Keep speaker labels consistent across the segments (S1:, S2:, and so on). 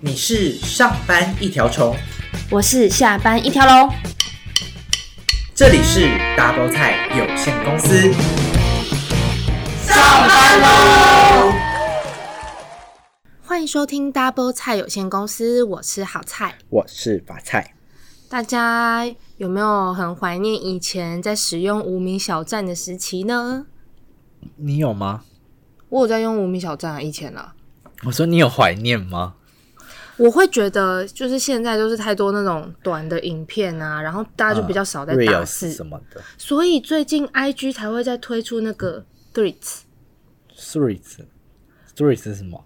S1: 你是上班一条虫，
S2: 我是下班一条龙。
S1: 这里是 Double 菜有限公司。
S2: 欢迎收听 Double 菜有限公司，我是好菜。
S1: 我是法菜，
S2: 大家有没有很怀念以前在使用无名小站的时期呢？
S3: 你有吗？
S2: 我有在用无名小站啊，以前啦，
S3: 我说你有怀念吗？
S2: 我会觉得就是现在就是太多那种短的影片啊，然后大家就比较少在打
S3: real
S2: 字，
S3: 啊什么的
S2: 所以最近 IG 才会再推出那个 Threads。
S3: ，threads，threads 是什么？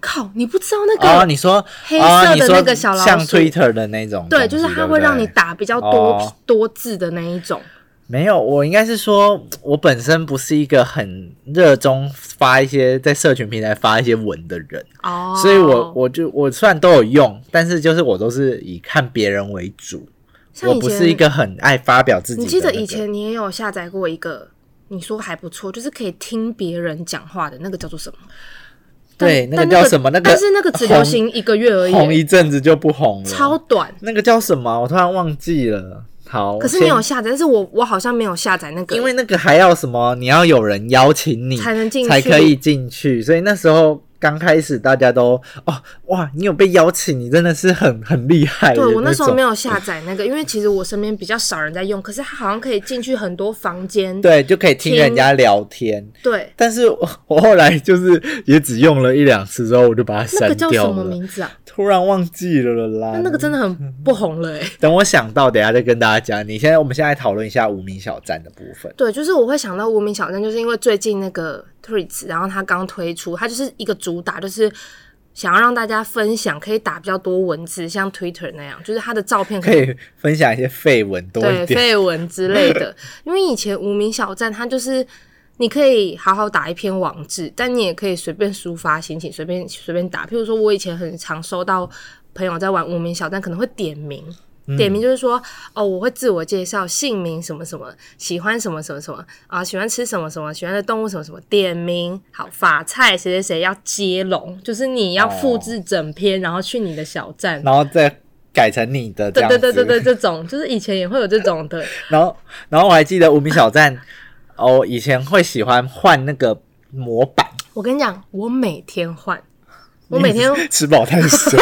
S2: 靠，你不知道那
S3: 哦，
S2: 个？
S3: 你说
S2: 黑色的
S3: 哦你说
S2: 那个小老鼠
S3: 像 Twitter 的那种东
S2: 对，
S3: 西，
S2: 就是它
S3: 对不
S2: 会
S3: 对
S2: 让你。打比较多、
S3: 哦
S2: 多字的那一种。
S3: 没有，我应该是说，我本身不是一个很热衷发一些在社群平台发一些文的人，
S2: 哦，
S3: 所以我我就我虽然都有用，但是就是我都是以看别人为主，
S2: 像以
S3: 我
S2: 前
S3: 不是一个很爱发表自己的
S2: 你
S3: 那
S2: 记
S3: 个、
S2: 得以前你也有下载过一个，你说还不错，就是可以听别人讲话的那个叫做什么？
S3: 对
S2: 但但
S3: 那个叫什么那个
S2: 但是那个只流行一个月而
S3: 红一
S2: 已，
S3: 阵子就不红了，
S2: 超短。
S3: 那个叫什么？我突然忘记了。好，
S2: 可是你有
S3: 先
S2: 下载，但是我我好像没有下载那个，
S3: 因为那个还要什么？你要有人邀请你
S2: 才能进去
S3: 才可以进去，所以那时候刚开始大家都哦哇，你有被邀请，你真的是很很厉害的
S2: 对
S3: 种。
S2: 我那时候没有下载那个，因为其实我身边比较少人在用，可是它好像可以进去很多房间。
S3: 对，就可以听
S2: 听
S3: 人家聊天。
S2: 对，
S3: 但是我我后来就是也只用了一两次之后，我就把它
S2: 那
S3: 删
S2: 个叫
S3: 掉
S2: 什么
S3: 了。嗯
S2: 名字啊？
S3: 突然忘记了啦。
S2: 那那个真的很不红了哎、
S3: 等我想到，等一下再跟大家讲。你现在我们现在讨论一下无名小站的部分。
S2: 对，就是我会想到无名小站，就是因为最近那个 Threads，然后它刚推出，它就是一个主打，就是想要让大家分享，可以打比较多文字，像 Twitter 那样，就是它的照片
S3: 可以分享一些绯闻多一
S2: 嗯对
S3: 点。
S2: 绯闻之类 的。因为以前无名小站，它就是你可以好好打一篇网志，但你也可以随便抒发心情，随便随便打。譬如说，我以前很常收到朋友在玩无名小站，可能会点名。
S3: 嗯
S2: 点名就是说，哦，我会自我介绍，姓名什么什么，喜欢什么什么什么啊，喜欢吃什么什么，喜欢的动物什么什么，点名好法菜谁谁谁要接龙，就是你要复
S3: 哦
S2: 制整篇，然后去你的小站，
S3: 然后再改成你的哦这
S2: 对
S3: 样
S2: 对
S3: 子。
S2: 对对对，。这种就是以前也会有这种的，
S3: 然后，然后我还记得无名小站，哦，以前会喜欢换那个模板，
S2: 我跟你讲，我每天换，我每天
S3: 吃饱太闲。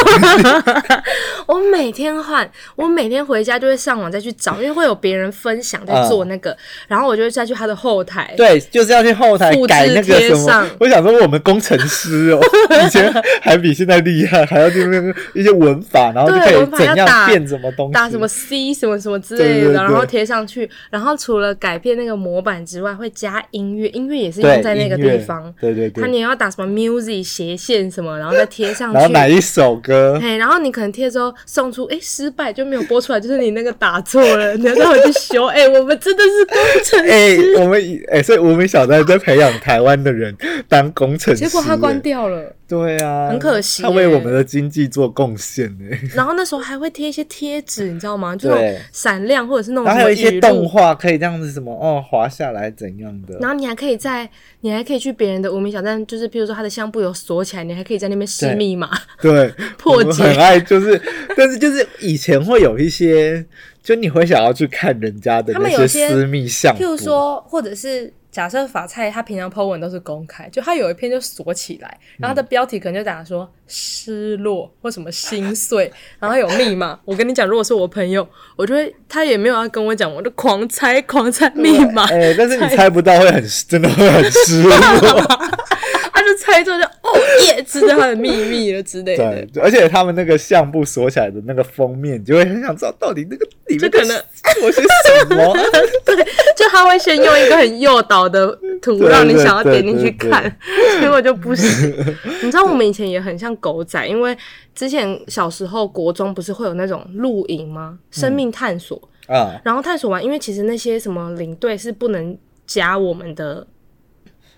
S2: 我每天换，我每天回家就会上网再去找，因为会有别人分享在做那个，然后我就会再去他的后台。
S3: 啊对，就是要去后台
S2: 复制
S3: 改那个什
S2: 贴上
S3: 么。我想说，我们工程师 哦，以前还比现在厉害，还要去那个一些文法，然后就可
S2: 对，我
S3: 以
S2: 把
S3: 怎
S2: 它
S3: 样
S2: 打
S3: 变什么东西，
S2: 打什么 C 什么什么之类的，
S3: 对对对
S2: 然后贴上去。然后除了改变那个模板之外，会加音乐，音乐也是
S3: 对
S2: 用在那个
S3: 音乐
S2: 地方。
S3: 对对
S2: 他你
S3: 对。
S2: 也要打什么 music 斜线什么，然后再贴啊上去。
S3: 然后哪一首歌？
S2: 嘿，然后你可能贴之后送出，哎、失败就没有播出来，就是你那个打错了，你要再回去修。哎、我们真的是工程师。
S3: 哎、我们以哎、所以我们小站在培养台湾的人当工程师、
S2: 结果他
S3: 哎
S2: 关掉了，
S3: 对啊，
S2: 很可惜哎
S3: 他
S2: 耶
S3: 为我们的经济做贡献呢。
S2: 然后那时候还会贴一些贴纸，你知 道吗？就
S3: 对
S2: 那种闪亮或者是那种
S3: 然后还有一些
S2: 什么语
S3: 动
S2: 录，
S3: 画可以这样子什么哦，滑下来怎样的
S2: 然，后你还可以在，你还可以去别人的无名小站，就是譬如说他的相簿有锁起来，你还可以在那边试
S3: 对
S2: 密码。
S3: 对，
S2: 破
S3: 我们
S2: 解
S3: 很爱就是， 但是就是以前会有一些，就你会想要去看人家的
S2: 他
S3: 那
S2: 们有些
S3: 私密相簿，
S2: 譬如说，或者是假设法菜他平常 po 文都是公开，就他有一篇就锁起来，
S3: 嗯
S2: 然后他的标题可能就打说失落或什么心碎，然后有密码。我跟你讲，如果是我朋友，我就会他也没有要跟我讲，我就狂猜狂猜密码，
S3: 哎、但是你猜不到会很真的会很失 落，
S2: 他就猜中就哦耶，知道他的秘密了之类的
S3: 对。，而且他们那个相簿锁起来的那个封面，你就会很想知道到底那个里
S2: 就
S3: 面
S2: 可能
S3: 我是什么。
S2: 就他会先用一个很诱导的图，
S3: 对
S2: 让你想要点进去
S3: 对对
S2: 看，结果就不行。 你知道我们以前也很像狗仔，因为之前小时候国中不是会有那种露营吗？生命探索，
S3: 啊、
S2: 然后探索完，因为其实那些什么领队是不能加我们的。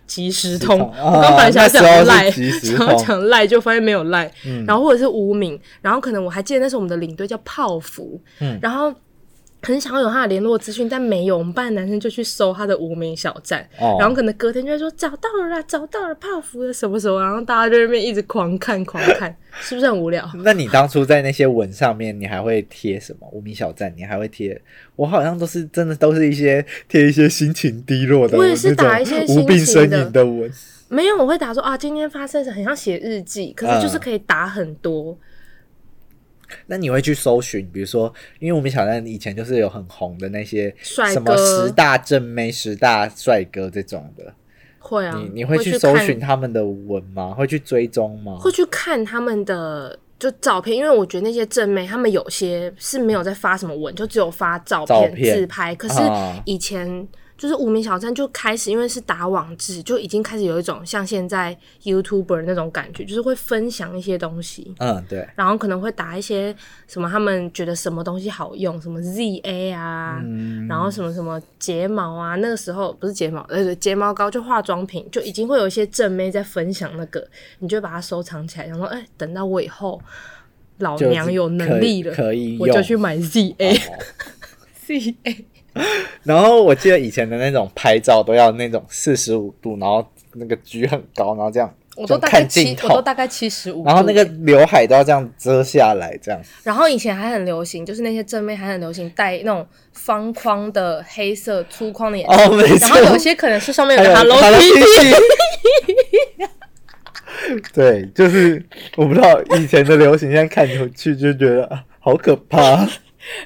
S2: 即时通，
S3: 即时通
S2: 我刚本来想
S3: 啊那时候
S2: 讲
S3: 是
S2: 赖，
S3: 即时
S2: 想
S3: 通嗯
S2: 要讲赖，就发现没有赖，
S3: 嗯
S2: 然后或者是无名，然后可能我还记得那时候我们的领队叫泡芙，然后很想要有他的联络资讯，但没有。我们班的男生就去搜他的无名小站，
S3: 哦
S2: 然后可能隔天就会说找到了啦，找到了泡芙的什么什么，然后大家就在那边一直狂看狂 看，是不是很无聊？
S3: 那你当初在那些文上面，你还会贴什么？无名小站，你还会贴？我好像都是真的都是一些贴一些心情低落的，
S2: 我也是
S3: 那种
S2: 打一些
S3: 无病呻吟
S2: 心情
S3: 的文。
S2: 没有，我会打说啊，今天发生什么很像写日记，可是
S3: 嗯
S2: 就是可以打很多。
S3: 那你会去搜寻，比如说，因为无名小站以前就是有很红的那些
S2: 帅
S3: 什么
S2: 哥
S3: 十大正妹、十大帅哥这种的，
S2: 会啊，
S3: 你你
S2: 会
S3: 会去搜寻
S2: 看，
S3: 他们的文吗？会去追踪吗？
S2: 会去看他们的就照片，因为我觉得那些正妹，他们有些是没有在发什么文，就只有发照片、
S3: 照片
S2: 自拍。可是
S3: 啊
S2: 以前就是无名小站就开始，因为是打网志，就已经开始有一种像现在 YouTuber 那种感觉，就是会分享一些东西。
S3: 嗯，对，
S2: 然后可能会打一些什么，他们觉得什么东西好用，什么 ZA 啊，
S3: 嗯，
S2: 然后什么什么睫毛啊，那个时候不是睫毛，呃，对睫毛膏就化妆品，就已经会有一些正妹在分享那个，你就会把它收藏起来，然后哎，等到我以后老
S3: 就是
S2: 娘有能力了，
S3: 可以
S2: 我
S3: 用
S2: 就去买 ZA
S3: 哦
S2: ZA，
S3: 然后我记得以前的那种拍照都要那种四十五度，然后那个举很高，然后这样
S2: 我
S3: 就
S2: 都大概
S3: 看
S2: 七
S3: 镜，
S2: 我都
S3: 头，
S2: 大概七十五，
S3: 然后那个，刘海都要这样遮下来， 这样
S2: 然后以前还很流行，就是那些正妹还很流行戴那种方框的黑色粗框的眼镜，
S3: 哦，没
S2: 然
S3: 错
S2: 后。有些可能是上面有
S3: 还有
S2: 个 Hello
S3: Hello
S2: Kitty。
S3: 对，就是我不知道以前的流行，现在看回去就觉得啊好可 怕。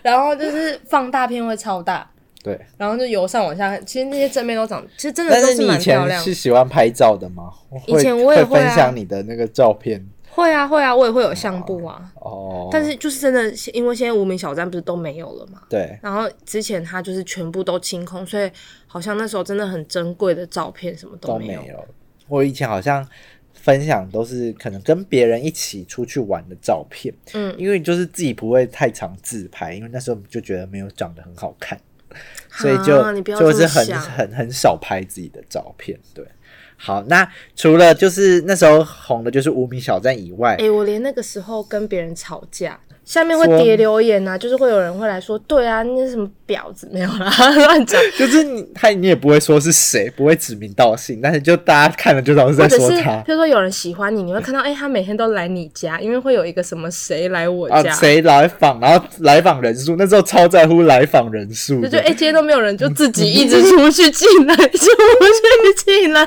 S2: 然后就是放大片会超大，
S3: 对，
S2: 然后就由上往下看。其实那些正面都长，其实真的
S3: 但
S2: 都
S3: 是你以
S2: 蛮漂
S3: 前
S2: 亮。
S3: 是喜欢拍照的吗？
S2: 以前我也会
S3: 会
S2: 啊
S3: 分享你的那个照片
S2: 会啊会啊，我也会有相簿啊。
S3: 哦。
S2: 但是就是真的，因为现在无名小站不是都没有了嘛，
S3: 对，
S2: 然后之前它就是全部都清空，所以好像那时候真的很珍贵的照片什么
S3: 都
S2: 没
S3: 没
S2: 有。
S3: 有。我以前好像分享都是可能跟别人一起出去玩的照片，
S2: 嗯，
S3: 因为就是自己不会太常自拍，因为那时候就觉得没有长得很好看，所以就、
S2: 啊、你不要
S3: 就是
S2: 这么
S3: 很
S2: 想
S3: 很很少拍自己的照片。对，好，那除了就是那时候红的就是无名小站以外，
S2: 哎、我连那个时候跟别人吵架，下面会
S3: 说
S2: 叠留言啊，就是会有人会来说，对啊，那是什么婊子没有啦， 乱讲。
S3: 就是你他你也不会说是谁，不会指名道姓，但是就大家看了就知道是
S2: 或
S3: 在
S2: 者
S3: 说
S2: 是
S3: 他
S2: 比如说有人喜欢你，你会看到，哎、他每天都来你家，因为会有一个什么谁来我
S3: 啊
S2: 家，
S3: 谁来访，然后来访人数，那时候超在乎来访人数
S2: 就嗯
S3: 的，
S2: 觉得哎、今天都没有人，就自己一直出去进来，出去 进来，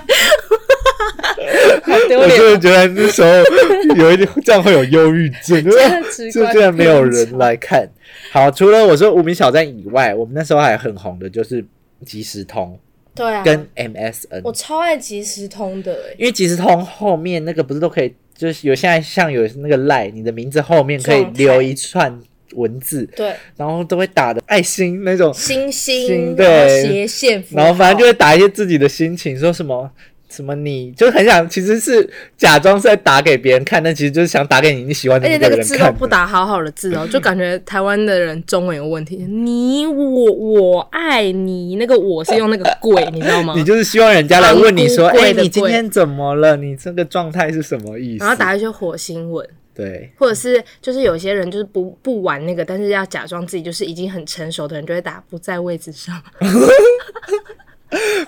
S2: 好丢
S3: 我
S2: 脸
S3: 真
S2: 哦。
S3: 的觉得那时候有一点这样会有忧郁 症，就
S2: 价值
S3: 是
S2: 观
S3: 就居然没有人来看。好，除了我说无名小站以外，我们那时候还很红的就是即时通
S2: 对啊，
S3: 跟 MSN，、
S2: 我超爱即时通的、哎，
S3: 因为即时通后面那个不是都可以，就是有现在像有那个赖，你的名字后面可以
S2: 状态
S3: 留一串文字，
S2: 对，
S3: 然后都会打的爱心那种，
S2: 星星，
S3: 星
S2: 然后
S3: 对
S2: 斜线符号，
S3: 然后反正就会打一些自己的心情，说什么什么你，就很想，其实是假装是在打给别人看，但其实就是想打给你你喜欢的
S2: 而且
S3: 那
S2: 那个
S3: 人
S2: 字都
S3: 看
S2: 不
S3: 的。
S2: 打好好的字 哦，就感觉台湾的人中文有问题。你我我爱你，那个我是用那个鬼，你知道吗？
S3: 你就是希望人家来问你说，
S2: 昂
S3: 哎、
S2: 贵的
S3: 你今
S2: 贵
S3: 天怎么了？你这个状态是什么意思？
S2: 然后打一些火星文，
S3: 对，
S2: 或者是就是有些人就是不不玩那个，但是要假装自己就是已经很成熟的人，就会打不在位置上。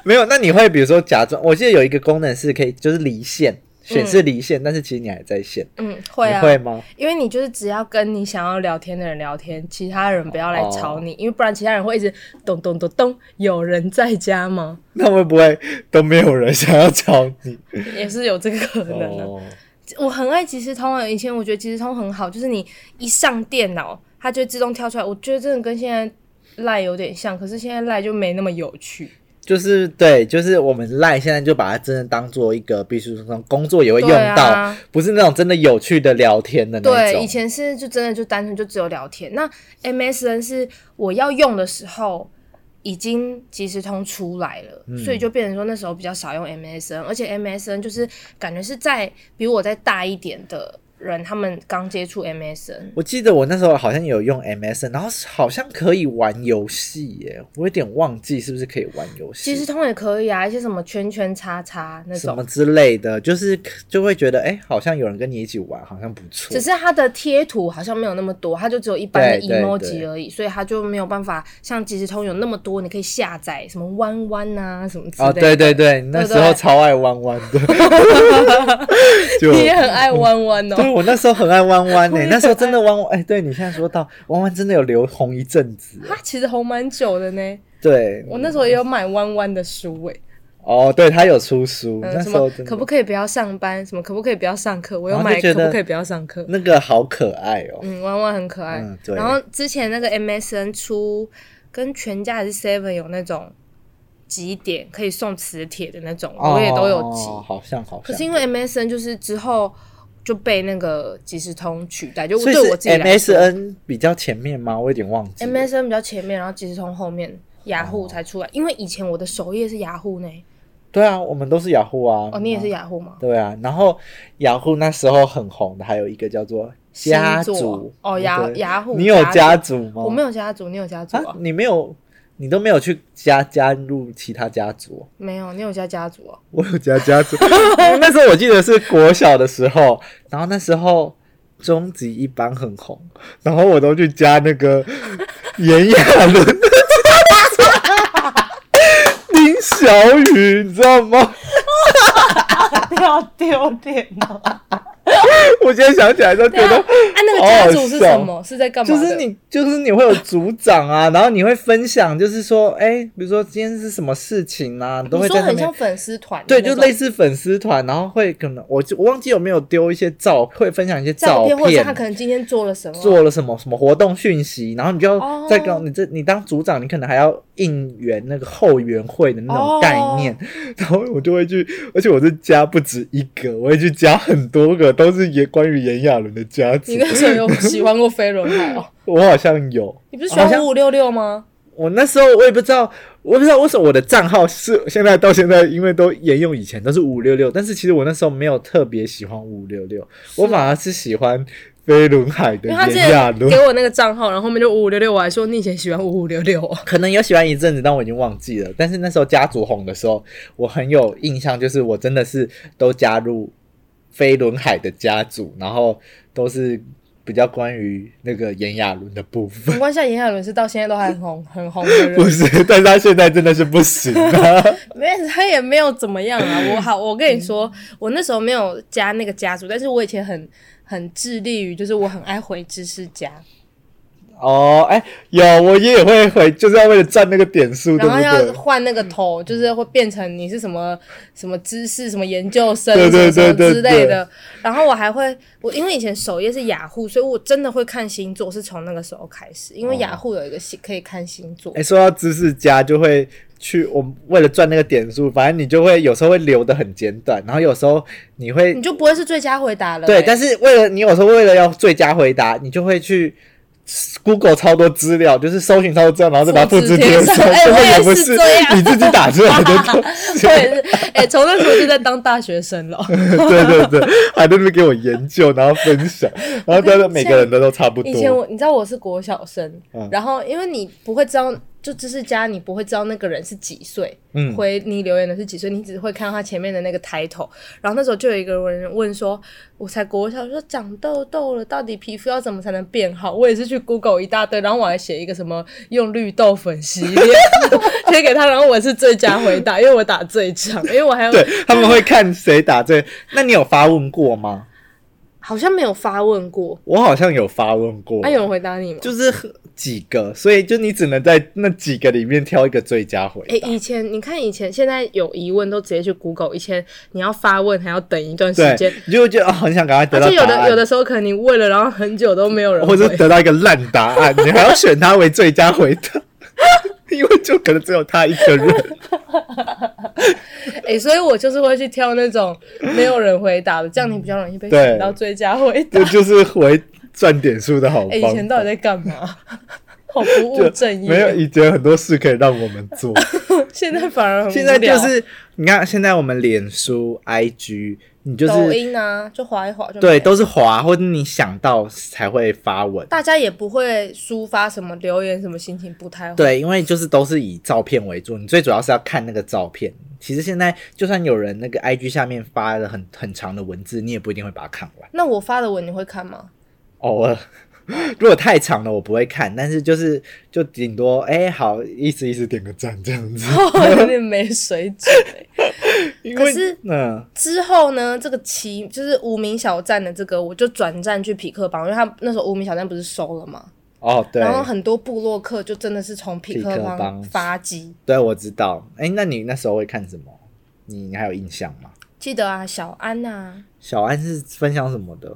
S3: 没有。那你会比如说假装，我记得有一个功能是可以就是离线，显示离线，但是其实你还在线，
S2: 嗯，会啊，
S3: 你会吗？
S2: 因为你就是只要跟你想要聊天的人聊天，其他人不要来吵
S3: 哦
S2: 你，因为不然其他人会一直咚咚咚咚，有人在 家吗？
S3: 那会不会都没有人想要找你？
S2: 也是有这个可能的、
S3: 哦，
S2: 我很爱即时通啊，以前我觉得即时通很好，就是你一上电脑，它就会自动跳出来。我觉得真的跟现在赖有点像，可是现在赖就没那么有趣。
S3: 就是对，就是我们赖现在就把它真的当做一个，必须说工作也会用
S2: 对啊
S3: 到，不是那种真的有趣的聊天的那种。
S2: 对，以前是就真的就单纯就只有聊天。那 MSN 是我要用的时候已经即时通出来了，
S3: 嗯
S2: 所以就变成说那时候比较少用 MSN，而且 MSN 就是感觉是在比我再大一点的人他们刚接触 MSN，
S3: 我记得我那时候好像有用 MSN，然后好像可以玩游戏耶，我有点忘记是不是可以玩游戏，
S2: 即时通也可以啊，一些什么圈圈叉叉那
S3: 什么
S2: 种，
S3: 之类的，就是就会觉得哎、好像有人跟你一起玩，好像不错
S2: 只。是它的贴图好像没有那么多，它就只有一般的
S3: 对对
S2: emoji
S3: 对
S2: 而已，所以它就没有办法像即时通有那么多，你可以下载什么弯弯啊什么之类的。
S3: 哦，对对对，那
S2: 对
S3: 时候超爱弯弯的， 就
S2: 你也很爱弯弯哦。
S3: 对我那时候很爱弯弯呢，那时候真的弯弯，哎，对你现在说到弯弯真的有流红一阵子，
S2: 它其实红蛮久的呢，
S3: 对，
S2: 我那时候也有买弯弯的书诶、
S3: 哦，对他有出书，
S2: 嗯、
S3: 那
S2: 什
S3: 时
S2: 么
S3: 候真的
S2: 可不可以不要上班，什么可不可以不要上课，我有
S3: 然后
S2: 买
S3: 就觉
S2: 可
S3: 得
S2: 不可以不要上课，
S3: 那个好可爱哦，
S2: 嗯，弯弯很可爱。
S3: 嗯对
S2: 然后之前那个 MSN 出跟全家还是 Seven 有那种集点可以送磁铁的那种，我也都有集。
S3: 哦好像好像，
S2: 可是因为 MSN 就是之后就被那个即时通取代，就
S3: 所以是
S2: 对我自己来说
S3: MSN 比较前面吗？我有点忘记了
S2: MSN 比较前面，然后即时通后面。雅
S3: 哦
S2: 虎才出来，因为以前我的首页是雅虎呢。
S3: 对啊，我们都是雅虎啊，
S2: 哦，你也是雅虎吗？
S3: 对啊，然后雅虎那时候很红的，还有一个叫做家
S2: 星
S3: 族
S2: 座哦雅
S3: 对
S2: 雅虎
S3: 你有
S2: 家
S3: 家族吗？
S2: 我没有加组，你有加组
S3: 啊
S2: 啊，？
S3: 你没有，你都没有去加加入其他家族。
S2: 没有，你有加 家族啊？
S3: 我有加家族，那时候我记得是国小的时候，然后那时候终极一班很红，然后我都去加那个炎亚纶的 家族，林小雨，你知道吗？
S2: 不要丢脸哦！
S3: 我现在想起来都觉
S2: 对啊，
S3: 得
S2: 啊，那个
S3: 好
S2: 家
S3: 好
S2: 族是
S3: 笑
S2: 什么？是在干嘛
S3: 就
S2: 的？
S3: 是你，就是你会有组长啊，然后你会分享，就是说，哎、比如说今天是什么事情啊，你都
S2: 你
S3: 会
S2: 说
S3: 在那
S2: 很像
S3: 边。
S2: 粉丝团的
S3: 对，
S2: 那种，
S3: 就类似粉丝团，然后会可能我就我忘记有没有丢一些照，会分享一些
S2: 照
S3: 片，
S2: 或者是他可能今天做了什么，啊
S3: 做了什么什么活动讯息，然后你就
S2: 哦
S3: 要再跟、你这你当组长，你可能还要应援那个后援会的那
S2: 哦
S3: 种概念，然后我就会去，而且我是加不止一个，我会去加很多个，都是也关于炎亚纶的家族
S2: 你，那时候有喜欢过飞轮海哦？
S3: 我好像有。
S2: 你不是喜欢
S3: 好像
S2: 五五六六吗？
S3: 我那时候我也不知道，我不知道为什么我的账号是现在到现在，因为都沿用以前都是五六六，但是其实我那时候没有特别喜欢五六六，我反而是喜欢飞轮海的
S2: 因为他之
S3: 炎亚
S2: 前
S3: 纶
S2: 给，我那个账号，然后后面就五五六六，我还说你以前喜欢五五六六啊。
S3: 可能有喜欢一阵子，但我已经忘记了。但是那时候家族红的时候，我很有印象，就是我真的是都加入飞轮海的家族，然后都是比较关于那个炎亚纶的部分。
S2: 没关系啊，炎亚纶是到现在都还很红，很红的人 啊
S3: 不，是，但是他现在真的是不行啊！
S2: 没他也没有怎么 样啊。我好，我跟你说，
S3: 嗯
S2: 我那时候没有加那个家族，但是我以前很很致力于，就是我很爱回知识家，
S3: 哦，哎、有，我也会回，就是要为了占那个嗯点数，对
S2: 然后
S3: 不
S2: 要
S3: 对？
S2: 换那个头，就是会变成你是什么什么知识、什么研究生、
S3: 对对
S2: 什么
S3: 对
S2: 什么
S3: 对
S2: 之类的。然后我还会，我因为以前首页是雅虎，所以我真的会看星座，是从那个时候开始，因为
S3: 哦
S2: 雅虎有一个系可以看星座
S3: 哎、。说到知识家，就会去我为了赚那个点数，反正你就会有时候会留的很简短，然后有时候你会
S2: 你就不会是最佳回答了、
S3: 对，
S2: 欸
S3: 但是为了你有时候为了要最佳回答，你就会去 Google 超多资料，就是搜寻超多资料，然后再把它
S2: 复
S3: 复
S2: 制
S3: 制
S2: 贴
S3: 贴
S2: 上
S3: 上，
S2: 哎
S3: 根
S2: 我
S3: 本
S2: 也
S3: 也不
S2: 是
S3: 是
S2: 这样
S3: 你自己打出 来的东西。
S2: 我也是， 哎、从那时候就在当大学生了。
S3: 对对对，还在那边给我研究，然后分享，然后大家每个人的都差不多。
S2: 以前我，你知道我是国小生，
S3: 嗯
S2: 然后因为你不会知道，就知识家你不会知道那个人是几岁，
S3: 嗯
S2: 回你留言的是几岁，你只会看到他前面的那个 title。然后那时候就有一个人问说，我才国小，说长痘痘了，到底皮肤要怎么才能变好？我也是去 Google 一大堆，然后我还写一个什么用绿豆粉洗脸 贴给他，然后我是最佳回答，因为我打最长，因为 我还有
S3: 对他们会看谁打最，那你有发问过吗？
S2: 好像没有发问过，啊
S3: 我好像有发问过，
S2: 那、有人回答你吗？
S3: 就是很几个，所以就你只能在那几个里面挑一个最佳回
S2: 哎、
S3: 答。
S2: 以前你看，以前现在有疑问都直接去 Google，以前你要发问还要等一段时间
S3: 对，，你就会觉得、哦、很想赶快得
S2: 而
S3: 到
S2: 且有
S3: 答
S2: 的
S3: 案，
S2: 有的时候可能你问了，然后很久都没有人
S3: 或
S2: 回，
S3: 者得到一个烂答 案，你还要选他为最佳回答， 因为就可能只有他一个 人。
S2: 哎、所以我就是会去挑那种没有人回答的，这样你比较容易被
S3: 对
S2: 选到最佳回答
S3: 这。就是回赚点数的好
S2: 哎、以
S3: 方
S2: 前
S3: 法
S2: 到底在干嘛？好不务正业，
S3: 没有以前很多事可以让我们做，
S2: 现在反而很无聊
S3: 现在就是你看，现在我们脸书、IG，你就
S2: 抖
S3: 是
S2: 音啊，就划一划就没
S3: 对
S2: 了
S3: 都是滑，或者你想到才会发文。
S2: 大家也不会抒发什么留言什么心情不太好。
S3: 对，因为就是都是以照片为主，你最主要是要看那个照片。其实现在就算有人那个 IG 下面发了很很长的文字，你也不一定会把它看完。
S2: 那我发的文你会看吗？
S3: 偶尔如果太长了，我不会看，但是就是就顶多哎、好意思意思点个赞这样子。
S2: 有点没水准、欸。
S3: 因
S2: 可
S3: 为
S2: 是
S3: 嗯，
S2: 之后呢，这个骑就是无名小站的这个，我就转战去匹克邦，因为他那时候无名小站不是收了嘛，
S3: 哦对，
S2: 然后很多部落客就真的是从匹克
S3: 匹克
S2: 邦
S3: 邦
S2: 发迹。
S3: 对我知道。哎、那你那时候会看什么？你你还有印象吗？
S2: 记得啊，小安呐、啊，
S3: 小安是分享什么的？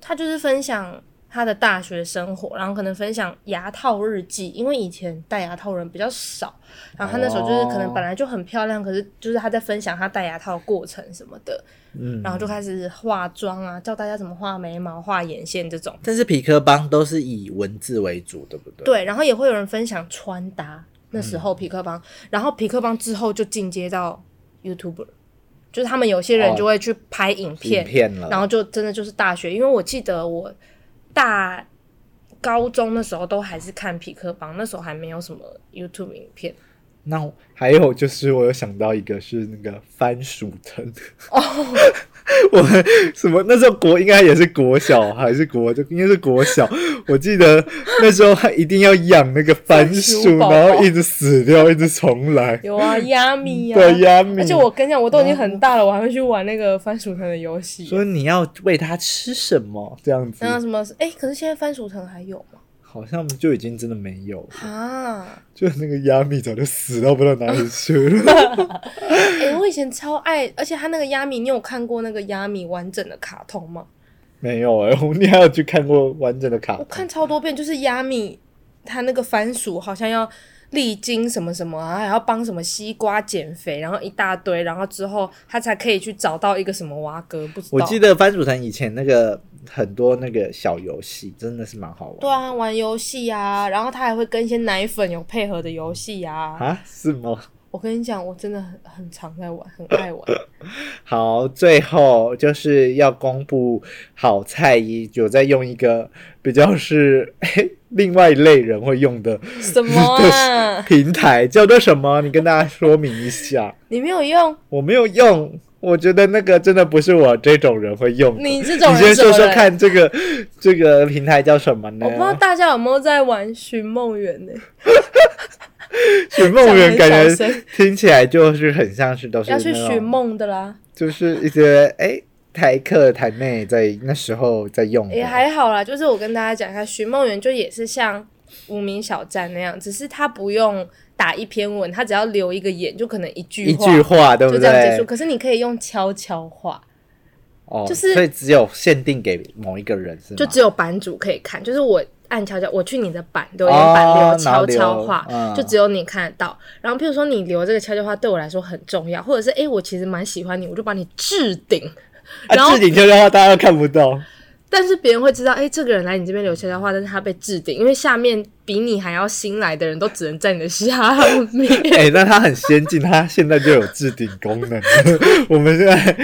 S2: 他就是分享他的大学生活，然后可能分享牙套日记，因为以前戴牙套人比较少，然后他那时候就是可能本来就很漂亮，可是就是他在分享他戴牙套的过程什么的，
S3: 嗯，
S2: 然后就开始化妆啊，教大家怎么画眉毛、画眼线这种。
S3: 但是匹克邦都是以文字为主，对不对？
S2: 对，然后也会有人分享穿搭。那时候匹克邦，
S3: 嗯
S2: 然后匹克邦之后就进阶到 YouTuber，就是他们有些人
S3: 哦
S2: 就会去拍影片，
S3: 影片啊了，
S2: 然后就真的就是大学，因为我记得我大高中的时候都还是看匹克邦，那时候还没有什么 YouTube 影片。
S3: 那我还有就是，我有想到一个是那个番薯藤
S2: 哦，
S3: 我什么那时候国应该也是国小还是国就应该是国小，我记得那时候他一定要养那个番
S2: 番薯
S3: 薯，
S2: 宝宝
S3: 然后一直死掉，一直重来。
S2: 有 啊，Yummy 啊，
S3: 对呀，米
S2: 而且我跟你讲，我都已经很大了，我还会去玩那个番薯藤的游戏。
S3: 说你要喂它吃什么这样子
S2: 然，后什么？哎、可是现在番薯藤还有吗？
S3: 好像就已经真的没有，
S2: 啊，
S3: 就那个亚米早就死到不知道哪里去 了。
S2: 哎、我以前超爱，而且他那个亚米，你有看过那个亚米完整的卡通吗？
S3: 没有哎、我你还有去看过完整的卡
S2: 我
S3: 通？
S2: 看超多遍，就是亚米他那个番薯好像要历经什么什么啊，还要帮什么西瓜减肥，然后一大堆，然后之后他才可以去找到一个什么蛙哥，不知道。
S3: 我记得番薯藤以前那个很多那个小游戏真的是蛮好玩
S2: 对
S3: 的
S2: 啊，玩游戏啊，然后他还会跟一些奶粉有配合的游戏啊。
S3: 啊，是吗？
S2: 我跟你讲，我真的很很常在玩，很爱玩。
S3: 好，最后就是要公布好菜一，有在用一个比较是、 嘿另外一类人会用的
S2: 什么啊？
S3: 平台，叫做什么？你跟大家说明一下。
S2: 你没有用？
S3: 我没有用，我觉得那个真的不是我这种人会用的。
S2: 你这种人
S3: 你先说
S2: 什么
S3: 说
S2: 人
S3: 看，这个这个平台叫什么呢
S2: 我不知？道大家有没有在玩寻梦园呢？
S3: 寻梦园感
S2: 讲得很小
S3: 觉
S2: 声
S3: 听起来就是很像是都是
S2: 要去
S3: 那种
S2: 寻梦的啦。
S3: 就是一些哎、台客台妹在那时候在用的，
S2: 也还好啦，就是我跟大家讲一下，寻梦园就也是像无名小站那样，只是它不用打一篇文，它只要留一个言，就可能一句
S3: 一
S2: 话，
S3: 句话对不
S2: 就这样结束。
S3: 对？
S2: 可是你可以用悄悄话，
S3: 哦，
S2: 就是
S3: 所以只有限定给某一个人是吗？
S2: 就只有版主可以看，就是我按悄悄，我去你的版留言板留
S3: 哦
S2: 悄悄话，
S3: 然后留嗯
S2: 就只有你看得到。然后譬如说你留这个悄悄话对我来说很重要，或者是诶我其实蛮喜欢你，我就把你置顶。然
S3: 啊，
S2: 后
S3: 置顶悄悄话大家都看不 到，
S2: 但是别人会知道，哎、这个人来你这边留悄悄话，但是他被置顶，因为下面比你还要新来的人都只能在你的下 面。
S3: 哎、那它很先进，它现在就有置顶功能。 我们现在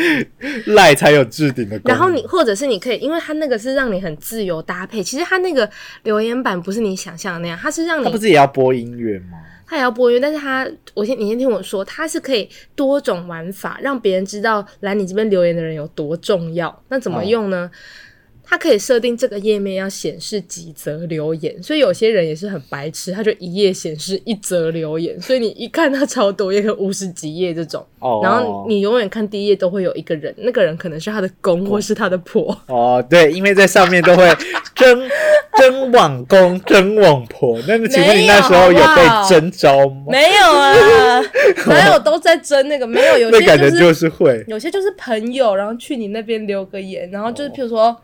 S3: 赖才有置顶的功能。
S2: 然后你或者是你可以，因为他那个是让你很自由搭配。其实他那个留言板不是你想象的那样，他是让
S3: 他不
S2: 你
S3: 是也要播音乐吗？
S2: 他也要播音乐，但是他我先你先听我说，他是可以多种玩法，让别人知道来你这边留言的人有多重要。那怎么
S3: 哦
S2: 用呢？它可以设定这个页面要显示几则留言，所以有些人也是很白痴，他就一页显示一则留言，所以你一看他超多页，可能五十几页这种，
S3: 哦，
S2: 然后你永远看第一页都会有一个人，那个人可能是他的公或是他 的婆，
S3: 哦，对，因为在上面都 会争争网公、争网婆。那请问你那时候有
S2: 没有好不好
S3: 被征招吗？
S2: 没有啊，哪有都在争那个，没有有
S3: 那
S2: 些
S3: 感觉
S2: 是
S3: 就是会。
S2: 有些就是朋友，然后去你那边留个言，然后就是譬如说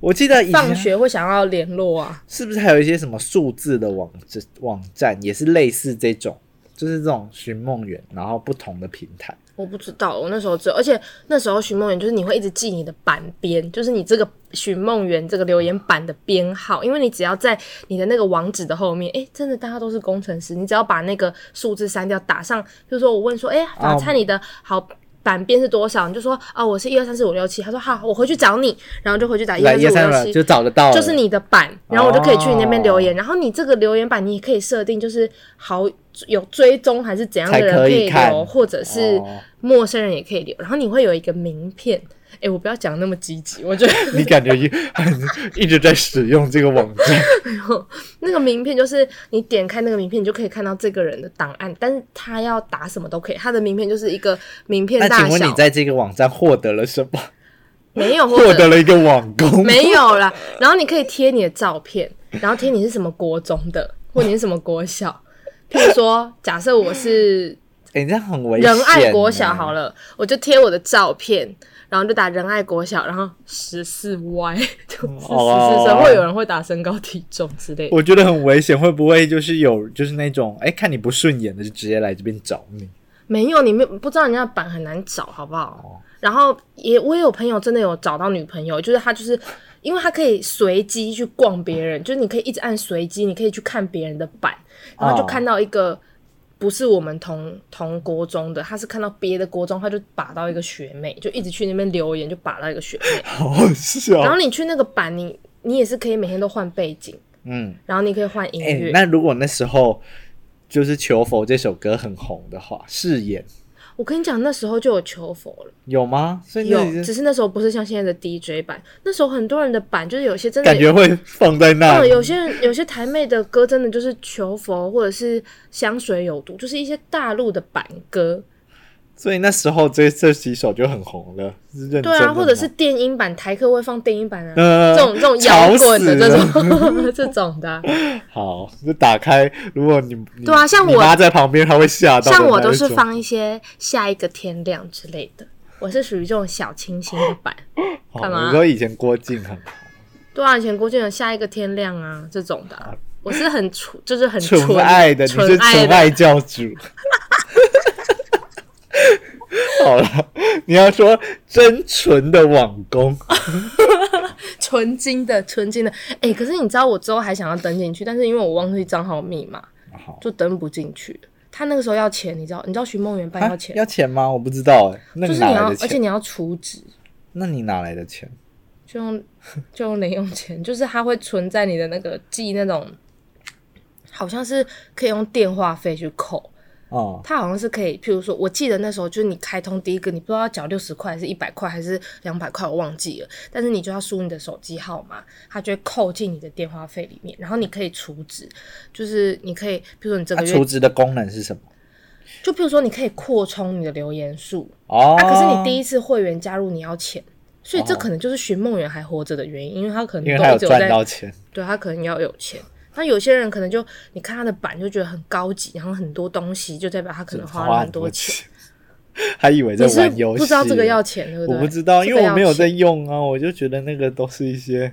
S3: 我记得以
S2: 放
S3: 前
S2: 学会想要联络啊，
S3: 是不是还有一些什么数字的网站网站，也是类似这种，就是这种寻梦园，然后不同的平台。
S2: 我不知道，我那时候只有，而且那时候寻梦园就是你会一直记你的版编，就是你这个寻梦园这个留言板的编号，因为你只要在你的那个网址的后面，诶，真的大家都是工程师，你只要把那个数字删掉，打上，就是说我问说，诶，法菜你的好。版编是多少？你就说啊、我是一二三四五六七。他说好，我回去找你，然后就回去打一
S3: 来
S2: 二
S3: 一
S2: 三
S3: 三
S2: 五六七，
S3: 就找得到了，
S2: 就是你的版，然后我就可以去你那边留
S3: 哦
S2: 言，然后你这个留言板你也可以设定就是好有追踪还是怎样的人
S3: 才可以看
S2: 留，或者是
S3: 哦
S2: 陌生人也可以留，然后你会有一个名片。哎，我不要讲那么积极，我觉得
S3: 你感觉一 一直在使用这个网站，
S2: 那个名片就是你点开那个名片，你就可以看到这个人的档案，但是他要打什么都可以，他的名片就是一个名片
S3: 那
S2: 大
S3: 请问
S2: 小
S3: 你，在这个网站获得了什么？
S2: 没有或
S3: 获
S2: 者
S3: 得了一个网 工，
S2: 没有啦。然后你可以贴你的照片，然后贴你是什么国中的，或你是什么国小。譬如说，假设我是
S3: 哎，这样很危险。
S2: 仁爱国小好，了，我就贴我的照片，然后就打仁爱国小，然后十四 Y 就是十四生，
S3: 哦
S2: 会有人会打身高体重之类的。
S3: 我觉得很危险，会不会就是有就是那种哎看你不顺眼的就直接来这边找你？
S2: 没有，你没有不知道人家的版很难找，好不好？
S3: 哦
S2: 然后也我也有朋友真的有找到女朋友，就是他就是因为他可以随机去逛别人，就是你可以一直按随机，你可以去看别人的版，然后就
S3: 哦
S2: 看到一个。不是我们同同国中的，他是看到别的国中，他就把到一个学妹，就一直去那边留言，就把到一个学 妹。
S3: 好好
S2: 然后
S3: 笑。
S2: 你去那个版，你你也是可以每天都换背景，
S3: 嗯，
S2: 然后你可以换音
S3: 哎
S2: 乐。，
S3: 那如果那时候就是《求佛》这首歌很红的话，饰演
S2: 我跟你讲，那时候就有求佛了，
S3: 有吗？所以
S2: 有
S3: 那，已
S2: 只
S3: 经
S2: 是那时候不是像现在的 DJ 版，那时候很多人的版就是有些真的
S3: 感觉会放在那
S2: 嗯，
S3: 里。
S2: 有些人有些台妹的歌真的就是求佛或者是香水有毒，就是一些大陆的版歌，
S3: 所以那时候这这几首就很红了，是认真的
S2: 对啊，
S3: 吗
S2: 或者是电音版，台客会放电音版啊，
S3: 呃
S2: 这种这种摇
S3: 吵
S2: 滚的
S3: 死
S2: 这
S3: 了
S2: 种 这种的啊、
S3: 好，就打开。如果你你
S2: 对啊像
S3: 你
S2: 我
S3: 妈在旁边，她会吓到的那一种。
S2: 像我都是放一些下一个天亮之类的，我是属于这种小清新的版。
S3: 哦
S2: 干嘛
S3: 我说以前郭靖很
S2: 对啊，以前郭靖有下一个天亮啊这种的啊、我是很纯，就是很
S3: 纯爱的，你
S2: 纯
S3: 是
S2: 爱
S3: 纯
S2: 的。
S3: 爱教主。 好了，你要说真纯的网工，
S2: 纯金的，纯金的。哎、可是你知道我之后还想要登进去，但是因为我忘记账号密码
S3: 好，
S2: 就登不进去。他那个时候要钱，你知道？你知道寻梦园办
S3: 啊
S2: 要钱，
S3: 要钱吗？我不知道哎、那
S2: 就是
S3: 哪
S2: 你
S3: 来
S2: 要，
S3: 的
S2: 而且
S3: 钱？
S2: 你要储值，
S3: 那你哪来的钱？
S2: 就用就用零用钱，就是它会存在你的那个记那种，好像是可以用电话费去扣。
S3: 哦、
S2: 它好像是可以，譬如说，我记得那时候就是你开通第一个，你不知道要缴六十块还是一百块还是两百块，我忘记了。但是你就要输你的手机号码，它就会扣进你的电话费里面，然后你可以储值，就是你可以，譬如说你这
S3: 那
S2: 个月，
S3: 储值的功能是什么？
S2: 就譬如说你可以扩充你的留言数、
S3: 哦，
S2: 啊。可是你第一次会员加入你要钱，所以这
S3: 哦
S2: 可能就是寻梦园还活着的原因，因为他可能
S3: 因为
S2: 都
S3: 他
S2: 一
S3: 有
S2: 直有在
S3: 赚到钱，
S2: 对他可能要有钱。那有些人可能就你看他的版就觉得很高级，然后很多东西，就代表他可能花了很多钱。
S3: 钱， 还以为在
S2: 你是
S3: 玩游戏，
S2: 不知道这个要钱，对不对？
S3: 我不知道，
S2: 这
S3: 因
S2: 个
S3: 为我没有
S2: 要钱
S3: 在。用啊，我就觉得那个都是一些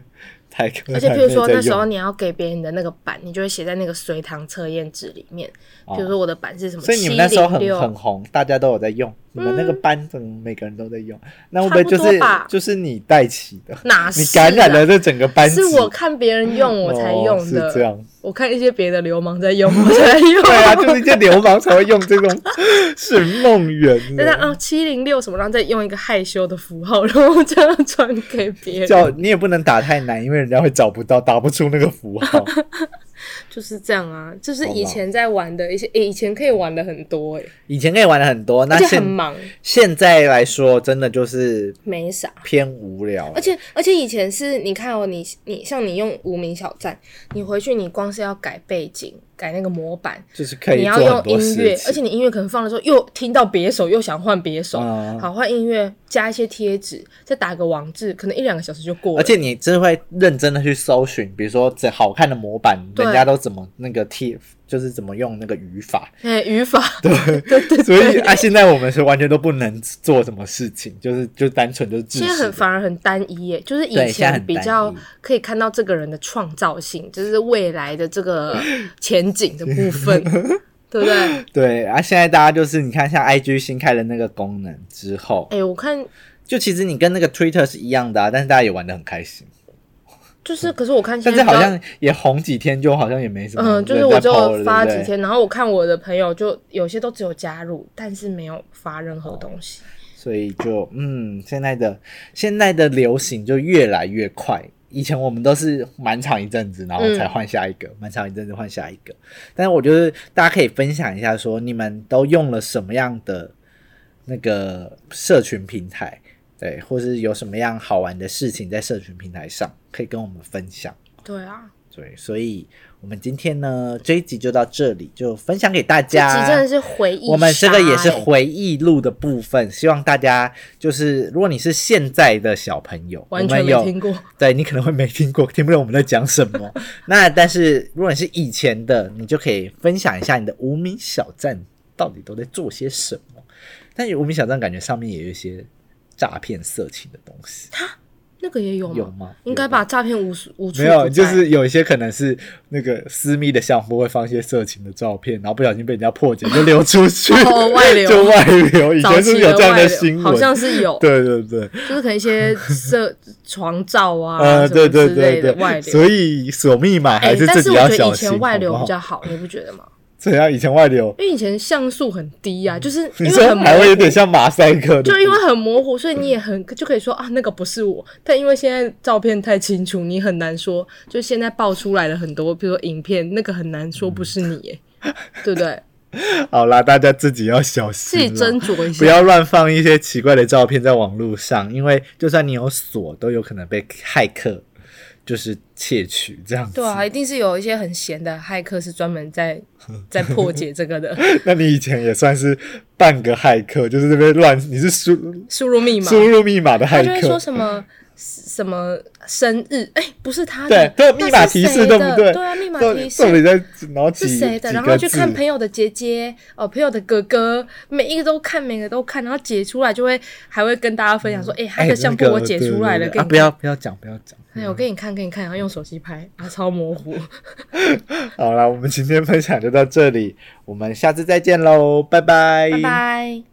S3: 台客，
S2: 而且，譬如说那时
S3: 台妹
S2: 候
S3: 在用，
S2: 你要给别人的那个版，你就会写在那个随堂测验纸里面。
S3: 哦
S2: 譬如说我的版是什么？
S3: 所以你们那时候很
S2: 706
S3: 很红，大家都有在用，你们那个班怎么每个人都在用？那会不会
S2: 差不
S3: 就
S2: 多
S3: 是
S2: 吧
S3: 就是你带起的？
S2: 哪是
S3: 你
S2: 啊
S3: 感染了这整个班级，
S2: 是我看别人用我才
S3: 哦
S2: 用
S3: 是
S2: 的。
S3: 这样。
S2: 我看一些别的流氓在用，我 才用。
S3: 对啊，就是一些流氓才会用这种是梦圆
S2: 但是
S3: 的。
S2: 啊，七零六什么，然后再用一个害羞的符号，然后这样传给别人，
S3: 叫你也不能打太难，因为人家会找不到，打不出那个符 号。
S2: 就是这样啊。就是
S3: 好吧
S2: 以前在玩的一些，诶以前可以玩的很多、诶
S3: 以前可以玩的很多，那
S2: 而且
S3: 现
S2: 很忙，
S3: 现在来说，真的就是
S2: 没啥。
S3: 偏无聊。
S2: 而且而且以前是你看哦，你你像你用无名小站，你回去你光是要改背景、改那个模板，
S3: 就是可
S2: 你
S3: 以
S2: 要
S3: 做
S2: 用
S3: 很多
S2: 音乐
S3: 事，
S2: 而且
S3: 情。
S2: 你音乐可能放的时候又听到别首，又想换别首，
S3: 嗯
S2: 好换音乐加一些贴纸，再打个网志，可能一两个小时就过了。
S3: 而且你真会认真的去搜寻，比如说这好看的模板，
S2: 对
S3: 人家都怎么那个贴，就是怎么用那个语法。
S2: 哎、语法，对对对
S3: 所以啊，现在我们是完全都不能做什么事情，就是就单纯就是知
S2: 现在
S3: 识
S2: 很。反而很单一耶，就是以
S3: 对现在
S2: 前
S3: 很
S2: 比
S3: 单
S2: 较
S3: 一
S2: 可以看 到这个人的创造性，就是未来的这个前景的部分。对不对？哎、
S3: 对啊，现在大家就是你看，像 IG 新开了那个功能之后，
S2: 哎我看
S3: 就其实你跟那个 Twitter 是一样的啊，但是大家也玩的很开心。
S2: 嗯就是，可是我看现
S3: 但
S2: 在
S3: 是好
S2: 比较
S3: 像也红几天，就好像也没什么人在 po 了。
S2: 嗯，就是我就
S3: 对不
S2: 发几
S3: 对
S2: 天，然后我看我的朋友就有些都只有加入，但是没有发任
S3: 哦
S2: 何东西。
S3: 所以就嗯，现在的现在的流行就越来越快。以前我们都是蛮长一阵子，然后才换下一个，蛮、长一阵子换下一个。但是我觉得大家可以分享一下说你们都用了什么样的那个社群平台，对，或是有什么样好玩的事情在社群平台上可以跟我们分享。
S2: 对啊，
S3: 对，所以我们今天呢这一集就到这里，就分享给大
S2: 这
S3: 家。
S2: 集真的是回忆、欸
S3: 我们这个也是。回忆录的部分，希望大家就是，如果你是现在的小朋友，
S2: 完全
S3: 我们
S2: 没
S3: 有
S2: 听过，
S3: 对你可能会没听过，听不懂我们在讲什 么。那但是如果你是以前的，你就可以分享一下你的无名小站到底都在做些什么。但是无名小站感觉上面也有一些诈骗色情的东西，
S2: 那个也有吗？
S3: 有吗
S2: 应该把诈骗无处无处
S3: 没有，
S2: 不在
S3: 就是有一些可能是那个私密的项目会放一些色情的照片，然后不小心被人家破解就流出去，
S2: 哦外 流
S3: 就外流。以
S2: 早
S3: 前是不
S2: 期
S3: 是有这样
S2: 外
S3: 的
S2: 流
S3: 新闻？
S2: 好像是有，
S3: 对对对，
S2: 就是可能一 些色床照啊，
S3: 呃，
S2: 什么
S3: 对
S2: 之
S3: 对对
S2: 类的
S3: 对，
S2: 外流。
S3: 所以锁密码
S2: 哎
S3: 还是
S2: 但
S3: 自
S2: 是
S3: 己
S2: 我
S3: 要
S2: 觉得
S3: 小
S2: 以
S3: 心。
S2: 前外流
S3: 好不
S2: 比
S3: 好
S2: 较好，你不觉得吗？
S3: 怎样？以前外流，
S2: 因为以前像素很低啊，就是因
S3: 嗯你
S2: 为
S3: 说
S2: 很模
S3: 还会有
S2: 糊，
S3: 点像马赛克的，
S2: 就因为很模糊，所以你也很就可以说啊，那个不是我。但因为现在照片太清楚，你很难说。就现在爆出来了很多，比如说影片，那个很难说不是你耶， 对不对？
S3: 好啦，大家自己要小
S2: 自
S3: 心
S2: 己
S3: 啦，
S2: 斟酌一
S3: 嗯不
S2: 下。
S3: 要乱放一些奇怪的照片在网络上，因为就算你有锁，都有可能被骇客就是窃取这样子。
S2: 对啊，一定是有一些很闲的骇客是专 门在在破解这个的，
S3: 那你以前也算是半个骇客，就是这边乱，你是输
S2: 输入密 码，
S3: 输入密码的
S2: 他
S3: 骇
S2: 就会说
S3: 客。
S2: 什么什么生日，哎、不是他的
S3: 对，，都有
S2: 那
S3: 密码
S2: 是
S3: 提示，
S2: 谁
S3: 对不
S2: 的
S3: 对？
S2: 对啊，密码
S3: 到
S2: 提
S3: 到底
S2: 示。
S3: 在然后几
S2: 是谁的？
S3: 几
S2: 然
S3: 个
S2: 后去看
S3: 字
S2: 朋友的姐姐，哦，朋友的哥哥，每一个都看，每个都看，然后解出来就会还会跟大家分享说，哎、他
S3: 哎
S2: 的
S3: 那
S2: 相簿
S3: 个
S2: 我解
S3: 对
S2: 出来了，
S3: 对对
S2: 给
S3: 啊！
S2: 你
S3: 不要不要讲，不要讲。
S2: 看，哎，我给你看，给你看，然后用手机拍，啊，超模糊，
S3: 好啦，我们今天分享就到这里，我们下次再见喽，拜拜，
S2: 拜拜。